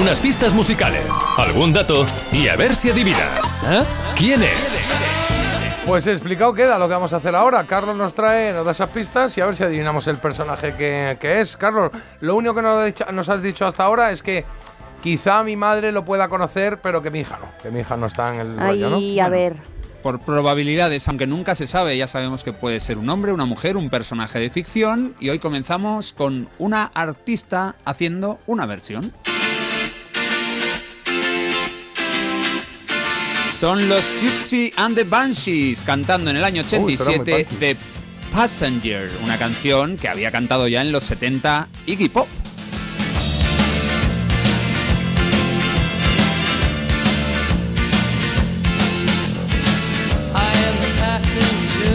unas pistas musicales, algún dato y a ver si adivinas. ¿Eh? ¿Quién es? Pues explicado queda lo que vamos a hacer ahora. Carlos nos trae, nos da esas pistas y a ver si adivinamos el personaje que, que es. Carlos, lo único que nos, ha dicho- nos has dicho hasta ahora es que quizá mi madre lo pueda conocer, pero que mi hija no. Que mi hija no está en el rollo, ¿no? Ay, a ver. Por probabilidades, aunque nunca se sabe, ya sabemos que puede ser un hombre, una mujer, un personaje de ficción. Y hoy comenzamos con una artista haciendo una versión. Son los Gypsy and the Banshees cantando en el año Uy, será muy 87 punky. The Passenger, una canción que había cantado ya en los 70 Iggy Pop.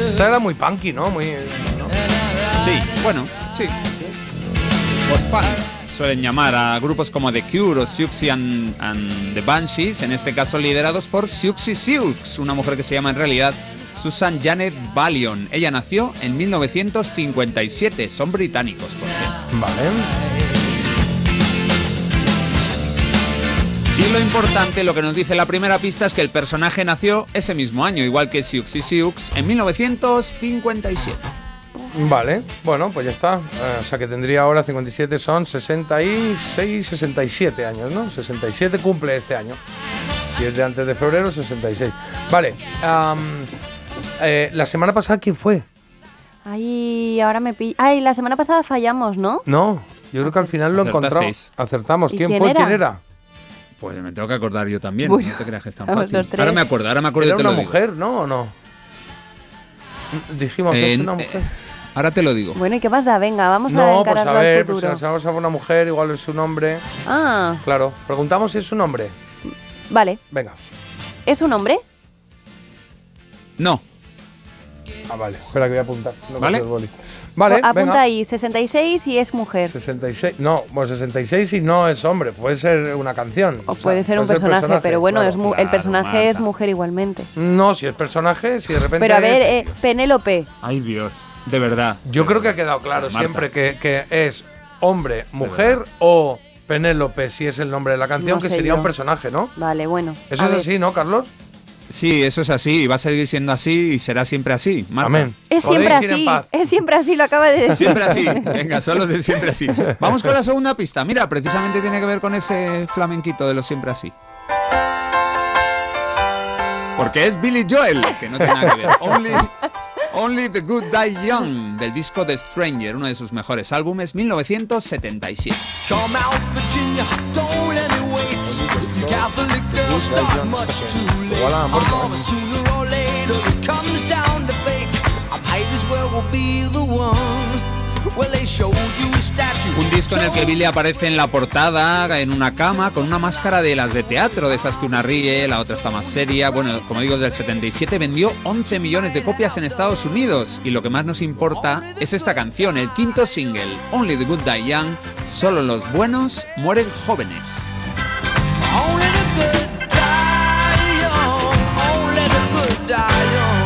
Esta era muy punky, ¿no? Muy, ¿no? Sí, bueno, sí. Post-punk. Suelen llamar a grupos como The Cure o Siouxsie and, and The Banshees, en este caso liderados por Siouxsie Sioux, una mujer que se llama en realidad Susan Janet Ballion. Ella nació en 1957, son británicos, por cierto. Vale. Y lo importante, lo que nos dice la primera pista es que el personaje nació ese mismo año, igual que Siouxsie Sioux, en 1957. Vale. Bueno, pues ya está. Eh, o sea que tendría ahora 57, son 66, 67 años, ¿no? 67 cumple este año. Y es de antes de febrero, 66. Vale. am, eh, la semana pasada, ¿quién fue? Ay, ahora me pillo. Ay, la semana pasada fallamos, ¿no? No, yo creo que al final lo encontramos. Acertasteis. Acertamos. ¿Y ¿Quién, quién fue? era? ¿Quién era? Pues me tengo que acordar yo también, Bueno, no te creas que es tan vamos fácil. los tres. Ahora me acuerdo, ahora me acuerdo y Era te una lo digo. mujer, ¿no? ¿O no? Dijimos que Eh, es una eh, mujer. ahora te lo digo. Bueno, ¿y qué más da? Venga, vamos a no, pues encararlo a ver, al pues futuro. si vamos a una mujer, igual es un hombre. Ah, Claro, preguntamos si es un hombre. vale. Venga. ¿Es un hombre? No, Ah, vale. Espera que voy a apuntar. No ¿Vale? cojo el boli. Vale, Apunta venga. ahí, 66 y es mujer. 66, no, bueno, 66 y no es hombre, puede ser una canción. O sea, puede ser un personaje, pero bueno, claro. es mu- el claro, personaje Marta. es mujer igualmente. No, si es personaje, si de repente. Pero a ver, es- eh, Penélope. Ay Dios, de verdad. Yo creo que ha quedado claro Marta. siempre que, que es hombre, mujer o Penélope, si es el nombre de la canción, No que sé sería yo. un personaje, ¿no? Vale, bueno. Eso a es ver. así, ¿no, Carlos? Sí, eso es así, y va a seguir siendo así y será siempre así. Marta. Amén. Es Podéis siempre ir en así, paz. es siempre así, lo acaba de decir. Siempre así, venga, solo de siempre así. Vamos con la segunda pista. Mira, precisamente tiene que ver con ese flamenquito de los siempre así. Porque es Billy Joel, que no tiene nada que ver. Only, Only the Good Die Young, del disco The Stranger, uno de sus mejores álbumes, 1977. Come out, Virginia, don't let me wait. Catholic girls start much too late. Voilà, un bon Oh, sooner or later it comes down to fate. I might as well be the one. Well, they showed you a statue. Un disco en el que Billy aparece en la portada, en una cama, con una máscara de las de teatro, de esas que una ríe, la otra está más seria. Bueno, como digo, del 77 vendió 11 millones de copias en Estados Unidos. Y lo que más nos importa es esta canción, el quinto single, Only the Good Die Young, solo los buenos mueren jóvenes. Only the good die young. Only the good die young.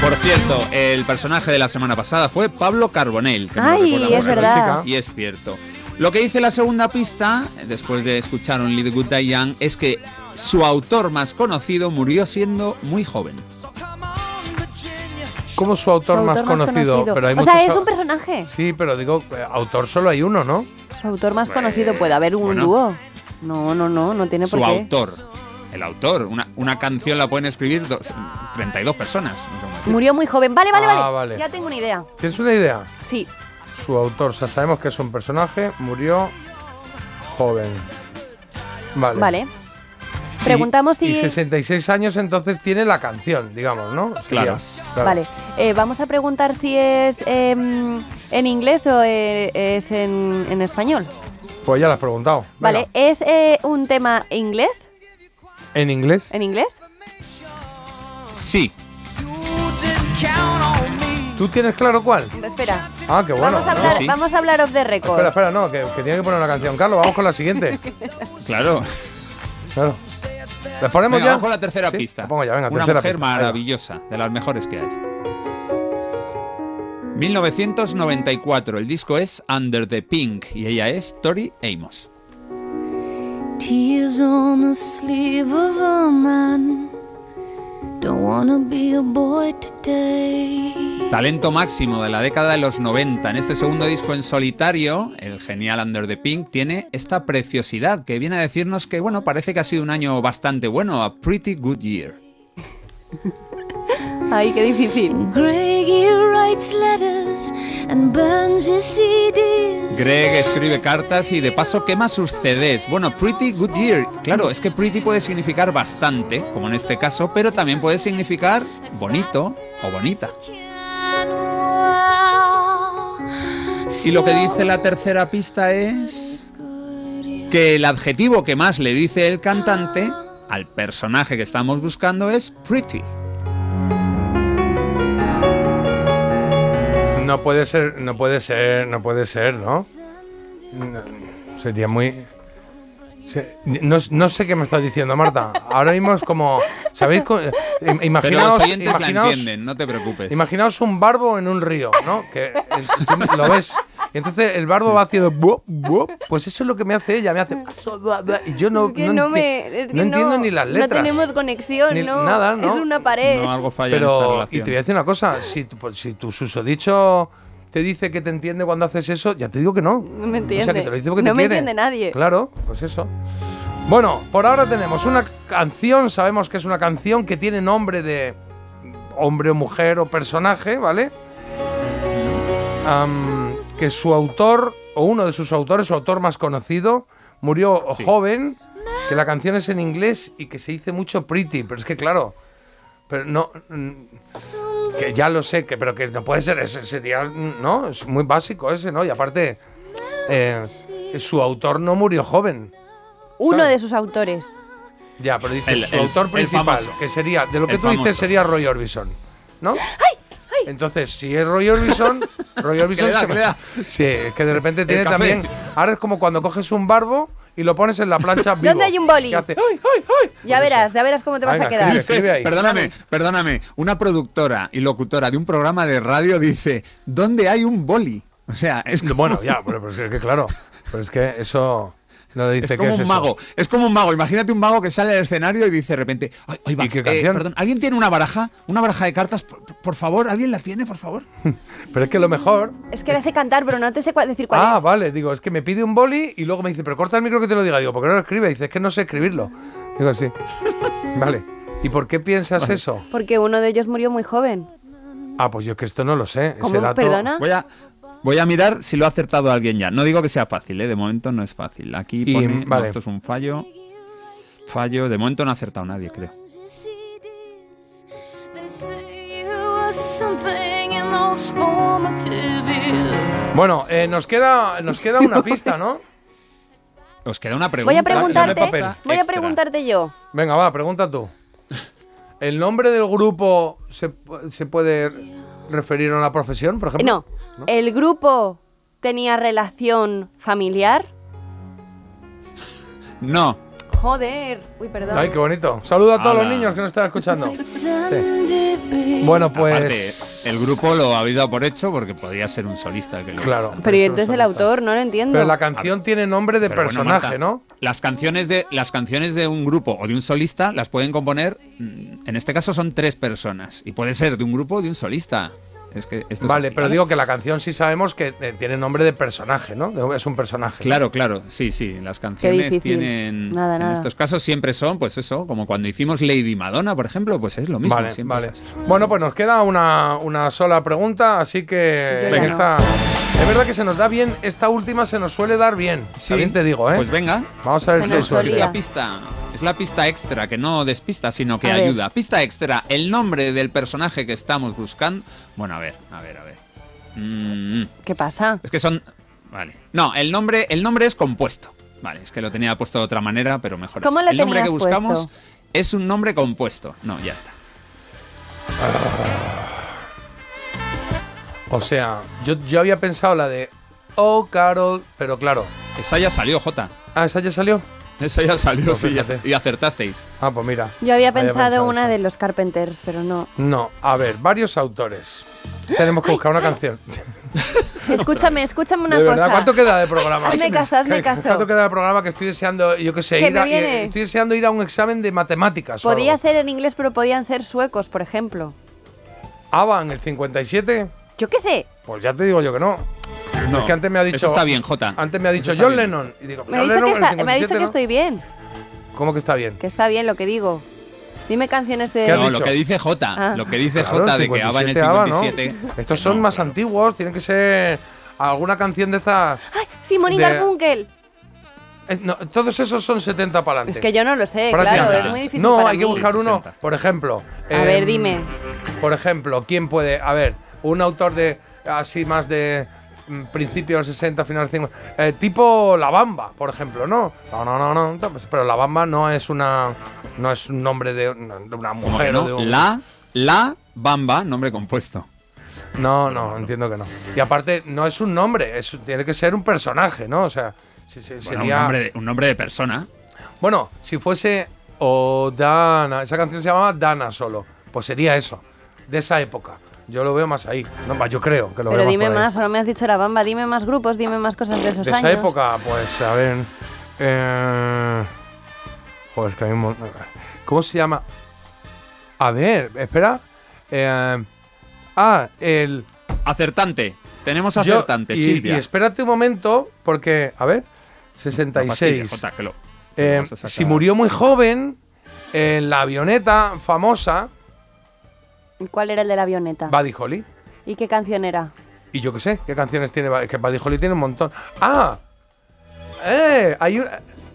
Por cierto, el personaje de la semana pasada fue Pablo Carbonell. que nos recuerda Ay, es mucho a la verdad. chica. Y es cierto. Lo que dice la segunda pista, después de escuchar Only the Good Die Young, es que su autor más conocido murió siendo muy joven. So come on, Virginia. Como su autor, más, conocido, pero hay o muchos sea, es au- un personaje. Sí, pero digo, eh, autor solo hay uno, ¿no? Su autor más conocido puede haber un bueno. dúo. No, no, no, no tiene por Su qué. autor. El autor. Una, una canción la pueden escribir dos- 32 personas. no sé cómo decir. Murió muy joven. Vale, vale, Ah, vale. vale. Ya tengo una idea. ¿Tienes una idea? Sí. Su autor, o sea, sabemos que es un personaje, murió joven. Vale. Vale. Y- Preguntamos Y si- 66 años entonces tiene la canción, digamos, ¿no? Claro. Sería, Vale. Eh, vamos a preguntar si es em, en inglés o eh, es en, en español. Pues ya la has preguntado. Venga. Vale. ¿Es eh, un tema inglés? ¿En inglés? ¿En inglés? Sí. You didn't count on me. ¿Tú tienes claro cuál? Espera. Ah, qué bueno. vamos, a ¿no? hablar, sí. vamos a hablar of the record. Espera, espera, no, que, que tiene que poner una canción. Carlos, vamos con la siguiente. Claro. Claro. ¿La ponemos Venga, ya? vamos con la tercera Sí, pista. la pongo ya, venga, Una tercera mujer pista. maravillosa, de las mejores que hay. 1994, el disco es Under the Pink y ella es Tori Amos. Tears Tears on the sleeve of a man. Don't wanna be a boy today. Talento máximo de la década de los 90. En este segundo disco en solitario, el genial Under the Pink tiene esta preciosidad que viene a decirnos que, bueno, parece que ha sido un año bastante bueno, a pretty good year. Ay, qué difícil. Greggy writes letters and burns his CDs. Greg escribe cartas y de paso quema sus CDs. Bueno, pretty good year. Claro, es que pretty puede significar bastante, como en este caso, pero también puede significar bonito o bonita. Y lo que dice la tercera pista es que el adjetivo que más le dice el cantante al personaje que estamos buscando es pretty. No puede ser, no puede ser, no puede ser, ¿no? No, sería muy... se- no, no sé qué me estás diciendo, Marta. Ahora mismo es como... ¿Sabéis? co- eh, im- Pero los Imaginaos, oyentes la imaginaos, entienden, no te preocupes. imaginaos un barbo en un río, ¿no? Que eh, tú lo ves. Y entonces el barbo va haciendo... buop, buop. Pues eso es lo que me hace ella, me hace... "Ah, Y yo no, Es que no no, enti- me, es que no entiendo ni las letras. No tenemos conexión, Ni- ¿no? nada, ¿no? Es una pared. No, algo falla en esta Pero, y relación. te voy a decir una cosa, si, tu- pues, si tu susodicho te dice que te entiende cuando haces eso, ya te digo que no. No me O sea, que entiende. te lo dice porque No te me quiere. entiende nadie. Claro, pues eso. Bueno, por ahora tenemos una canción, sabemos que es una canción que tiene nombre de hombre o mujer o personaje, ¿vale? Am, que su autor, o uno de sus autores, su autor más conocido, murió joven, que la canción es en inglés y que se dice mucho pretty, pero es que claro, pero no, mm, que ya lo sé, que, pero que no puede ser ese, sería, mm, no, es muy básico ese, ¿no? Y aparte, eh, su autor no murió joven. Uno ¿sabes? de sus autores. Ya, pero dice El- su el- autor el principal, famoso. que sería, de lo que El tú dices famoso. sería Roy Orbison, ¿no? Entonces, si es Roy Orbison, Roy Orbison le da, se que me- le da. Sí, es que de repente tiene café. también. Ahora es como cuando coges un barbo y lo pones en la plancha vivo. ¿Dónde hay un boli? que hace, ¡ay, ay, ay! Ya Pues verás, eso. ya verás cómo te vas Venga, a quedar. escribe. ahí. Perdóname, perdóname. Una productora y locutora de un programa de radio dice, ¿dónde hay un boli? O sea, es como, Bueno, ya, pero, pero es que claro. Pero es que eso no le es dice como que un es eso. mago. Es como un mago. Imagínate un mago que sale al escenario y dice de repente, "Ay, ay, va, ¿Y qué eh, canción? perdón, ¿alguien tiene una baraja? ¿Una baraja de cartas? Por, por favor, ¿alguien la tiene, por favor? Pero es que lo mejor. Es que la sé cantar, pero no te sé cua- decir cuál ah, es. vale, digo, es que me pide un boli y luego me dice, pero corta el micro que te lo diga. Digo, ¿por qué no lo escribe? Dice, es que no sé escribirlo. Digo, sí. Vale. ¿Y por qué piensas eso? Porque uno de ellos murió muy joven. Ah, pues yo es que esto no lo sé. ese ¿Cómo? dato- ¿Perdona? Voy a, voy a mirar si lo ha acertado alguien ya. No digo que sea fácil, ¿eh? de momento no es fácil. Aquí Y, pone, no, vale. esto es un fallo. Fallo, de momento no ha acertado nadie, creo. Burns his CDs. They say you were something in those formative years. Bueno, eh, nos, queda, nos queda una pista, ¿no? Os queda una pregunta. Voy a dame papel. preguntarte, voy a Extra. preguntarte yo. Venga, va, pregunta tú. ¿El nombre del grupo se, pu- se puede referir a una profesión, por Eh, ejemplo? No, el grupo tenía relación familiar. No, Joder, uy, perdón. Ay, qué bonito. Saludo a todos Ala. los niños que nos están escuchando. Sunday beams. Bueno, pues. Aparte, eh, el grupo lo habéis dado por hecho porque podría ser un solista. Que lo- Claro. pero y eso entonces está- el autor, no lo entiendo. Pero la canción tiene nombre de Pero bueno, personaje, Marta, ¿no? Las canciones, de, las canciones de un grupo o de un solista las pueden componer, mm, en este caso son tres personas, y puede ser de un grupo o de un solista. Es que esto es Vale, así, pero digo que la canción sí sabemos que eh, tiene nombre de personaje, ¿no? De- Es un personaje. Claro, claro, sí, sí, las canciones difícil. tienen... Nada, en nada. estos casos siempre son, pues eso, como cuando hicimos Lady Madonna, por ejemplo, pues es lo mismo. Vale, siempre vale. es así. Bueno, pues nos queda una, una sola pregunta, así que Yo ya en no. esta- es verdad que se nos da bien, esta última se nos suele dar bien. Sí. También te digo, ¿eh? Pues venga, Vamos a ver Se si nos hay suerte. es solía. la pista. Es la pista extra, que no despista, sino que A ver. ayuda. Pista extra, el nombre del personaje que estamos buscando. Bueno, a ver, a ver, a ver. Mm, ¿Qué pasa? es que son. Vale. No, el nombre, el nombre es compuesto. Vale, es que lo tenía puesto de otra manera, pero mejor. ¿Cómo así. lo el nombre que tenías buscamos puesto? es un nombre compuesto. No, ya está. O sea, yo, yo había pensado la de Oh Carol, pero claro. Esa ya salió, Jota. Ah, esa ya salió. Esa ya salió, No, sí, ya- fíjate. y acertasteis. Ah, pues mira. Yo había pensado, una eso. de los Carpenters, pero no. No, a ver, varios autores. Tenemos que buscar una canción. Escúchame, escúchame una de cosa. verdad, ¿cuánto queda de programa? Hazme caso, hazme caso. ¿Cuánto queda de programa que estoy deseando, yo qué sé, Que ir me a, eh, viene. estoy deseando ir a un examen de matemáticas? o Podía algo. ser en inglés, pero podían ser suecos, por ejemplo. ¿ABBA en el 57? Yo qué sé. Pues ya te digo yo que no. No, es que antes me ha dicho. Eso está bien, Jota. Antes me ha dicho Eso está John bien. Lennon. Y digo, Me ha John dicho, Lennon que, en el está- me ha dicho 57, que ¿no? estoy bien. ¿Cómo que está bien? Que está bien lo que digo. Dime canciones de... ¿Qué has No, lo dicho? que dice Jota. Ah. Lo que dice Claro, Jota de que ABBA en el 57 ABBA, ¿no? 57. Estos son más antiguos, tienen que ser alguna canción de estas. ¡Ay, Simón y de- Garfunkel! Eh, no, todos esos son 70 para adelante. Es que yo no lo sé, claro, Prácticamente. es muy difícil No, para hay que mí. buscar uno, 60. por ejemplo. A em, ver, dime. Por ejemplo, ¿quién puede? A ver, un autor de así más de mm, principios de los 60, finales de los 50, eh, tipo La Bamba, por ejemplo, ¿no? No, no, no, no, no, pues, pero La Bamba no es una no es un nombre de una, de una Como que mujer o de no. un La, la Bamba, nombre compuesto. No, no, entiendo que no. Y aparte no es un nombre, es- tiene que ser un personaje, ¿no? O sea, si- si- Bueno, sería un, nombre de, un nombre de persona. Bueno, si fuese o Dana, esa canción se llamaba Dana solo, pues sería eso, de esa época. Yo lo veo más ahí. No, va, yo creo que lo Pero veo dime por ahí. más, solo me has dicho la bamba, dime más grupos, dime más cosas de esos de años. esa época, pues a ver. eh, joder, es que hay un mon- ¿Cómo se llama? A ver, espera. eh, ah, el. Acertante. Tenemos yo- acertante, y, Silvia. y espérate un momento, porque. A ver. No fastidies, 66. Jota, que lo- Eh, vamos a sacar. si murió muy joven, en la avioneta famosa, ¿Cuál era el de la avioneta? Buddy Holly. ¿Y qué canción era? Y yo qué sé, ¿qué canciones tiene? Buddy- Que Buddy Holly tiene un montón. ¡Ah! ¡Eh! Hay un,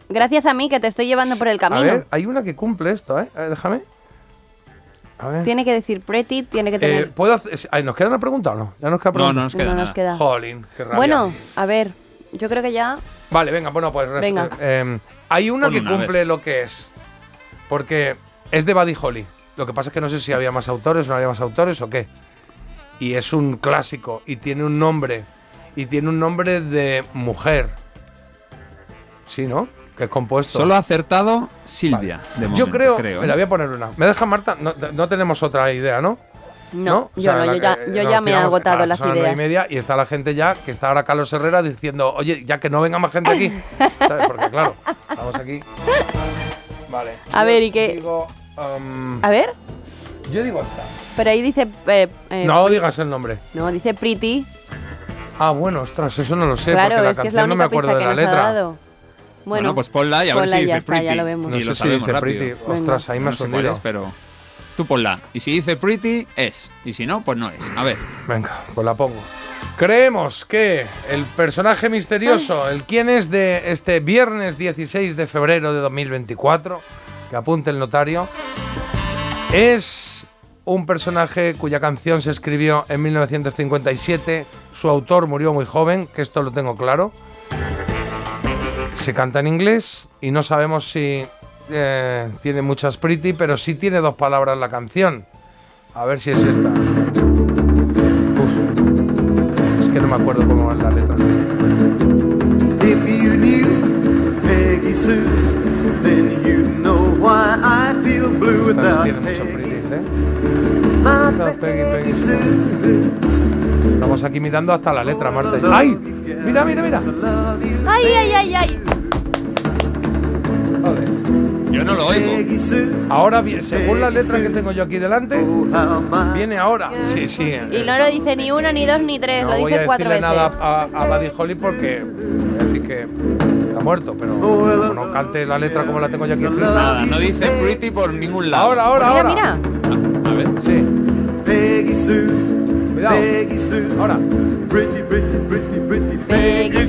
Gracias a mí que te estoy llevando por el A camino. ver, hay una que cumple esto, ¿eh? A ver, déjame. A ver. Tiene que decir pretty, tiene que Eh, tener. ¿puedo hacer- es- ay, ¿Nos queda una pregunta o no? Ya nos queda No, pregunta. no nos queda no nada. nos queda. Jolín, qué rabia. Bueno, a ver, yo creo que ya. Vale, venga, bueno, pues. res- Venga. eh, hay una Pon que una, a cumple lo que es. Porque es de Buddy Holly. Lo que pasa es que no sé si había más autores, no había más autores o qué. Y es un clásico. Y tiene un nombre. Y tiene un nombre de mujer. Sí, ¿no? Que es compuesto. Solo ha acertado Silvia. de Yo momento, creo. creo, Mira, ¿eh? voy a poner una. ¿Me deja Marta? No, no tenemos otra idea, ¿no? No, O yo sea, no, la yo que- ya, yo nos ya me he tiramos- agotado claro, las son las nueve ideas. y media y está la gente ya, que está ahora Carlos Herrera diciendo, oye, ya que no venga más gente aquí. ¿Sabes? Porque claro, estamos aquí. Vale. A Yo ver, ¿y qué? digo, um, A ver, yo digo esta. pero ahí dice. eh, eh, No digas el nombre. no, dice pretty. Ah, bueno, ostras, eso no lo sé, claro, porque la es que es la canción no me única acuerdo pista de que la nos letra. ha dado. Bueno, Bueno, pues ponla y a ver ponla si ya dice está, ya pretty. lo No vemos. Y sé lo si sabemos dice rápido. Pretty. Venga. Ostras, ahí me no has sé cuál hundido. es, pero tú ponla. Y si dice pretty, es. Y si no, pues no es. A ver. Venga, pues la pongo. Creemos que el personaje misterioso, el quién es de este viernes 16 de febrero de 2024, que apunte el notario, es un personaje cuya canción se escribió en 1957, su autor murió muy joven, que esto lo tengo claro. Se canta en inglés y no sabemos si eh, tiene muchas pretty, pero sí tiene dos palabras la canción. A ver si es esta. Uf. Es que no me acuerdo cómo va la letra. If you knew Peggy Sue, then you know why I feel blue Esta no without tiene muchas Peggy. pretties, ¿eh? My Without Peggy, Peggy Peggy Sue. Sue. Estamos aquí mirando hasta la letra, Marta. Gonna love ¡Ay! you, girl. Mira, mira, mira. Gonna love you, Ay, ay, ay, ay. Joder. Yo no lo oigo. Peggy Sue. Ahora, bien, según la letra que tengo yo aquí delante, Oh, how my viene ahora. Sí, sí. Y no lo dice ni uno, ni dos, ni tres, No lo voy a dice cuatro decirle veces. nada a, a Buddy Holly porque voy a decir que está muerto, pero como no cante la letra como la tengo yo aquí. escrita. Nada, no dice pretty por ningún lado. Ahora, ahora, Mira, ahora. mira. A ver. Sí, Peggy Sue. cuidado. Peggy Sue. Ahora. Pretty, pretty, pretty, pretty. Peggy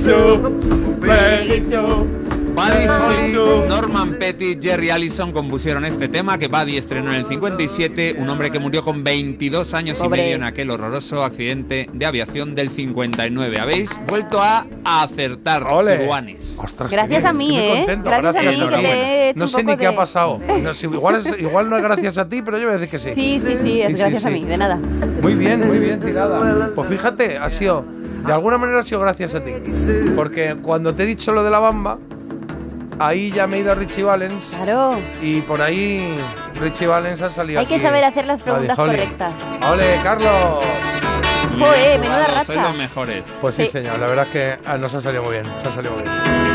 Peggy Buddy Holly, Norman Petty, Jerry Allison compusieron este tema que Buddy estrenó en el 57, un hombre que murió con 22 años Pobre. y medio en aquel horroroso accidente de aviación del 59. Habéis vuelto a acertar, Ole. Juanes. Ostras, Gracias qué bien, a mí, estoy muy ¿eh? contento, Gracias a gracias, mí, que te enhorabuena. he hecho No un sé ni poco qué ha de- pasado. No sé, igual, es- igual no es gracias a ti, pero yo voy a decir que sí. Sí, sí, sí, es Sí, sí, gracias a sí. mí, de nada. Muy bien, muy bien tirada. Pues fíjate, ha sido, de alguna manera ha sido gracias a ti. Porque cuando te he dicho lo de la bamba, ahí ya me he ido a Richie Valens Claro. y por ahí Richie Valens ha salido. Hay que aquí. saber hacer las Buddy preguntas Holly. correctas. ¡Ole, Carlos! Joder, menuda Bravo, Sois racha. los mejores. Pues sí, Sí. eh. señor, la verdad es que ah, nos ha salido muy bien, nos ha salido muy bien.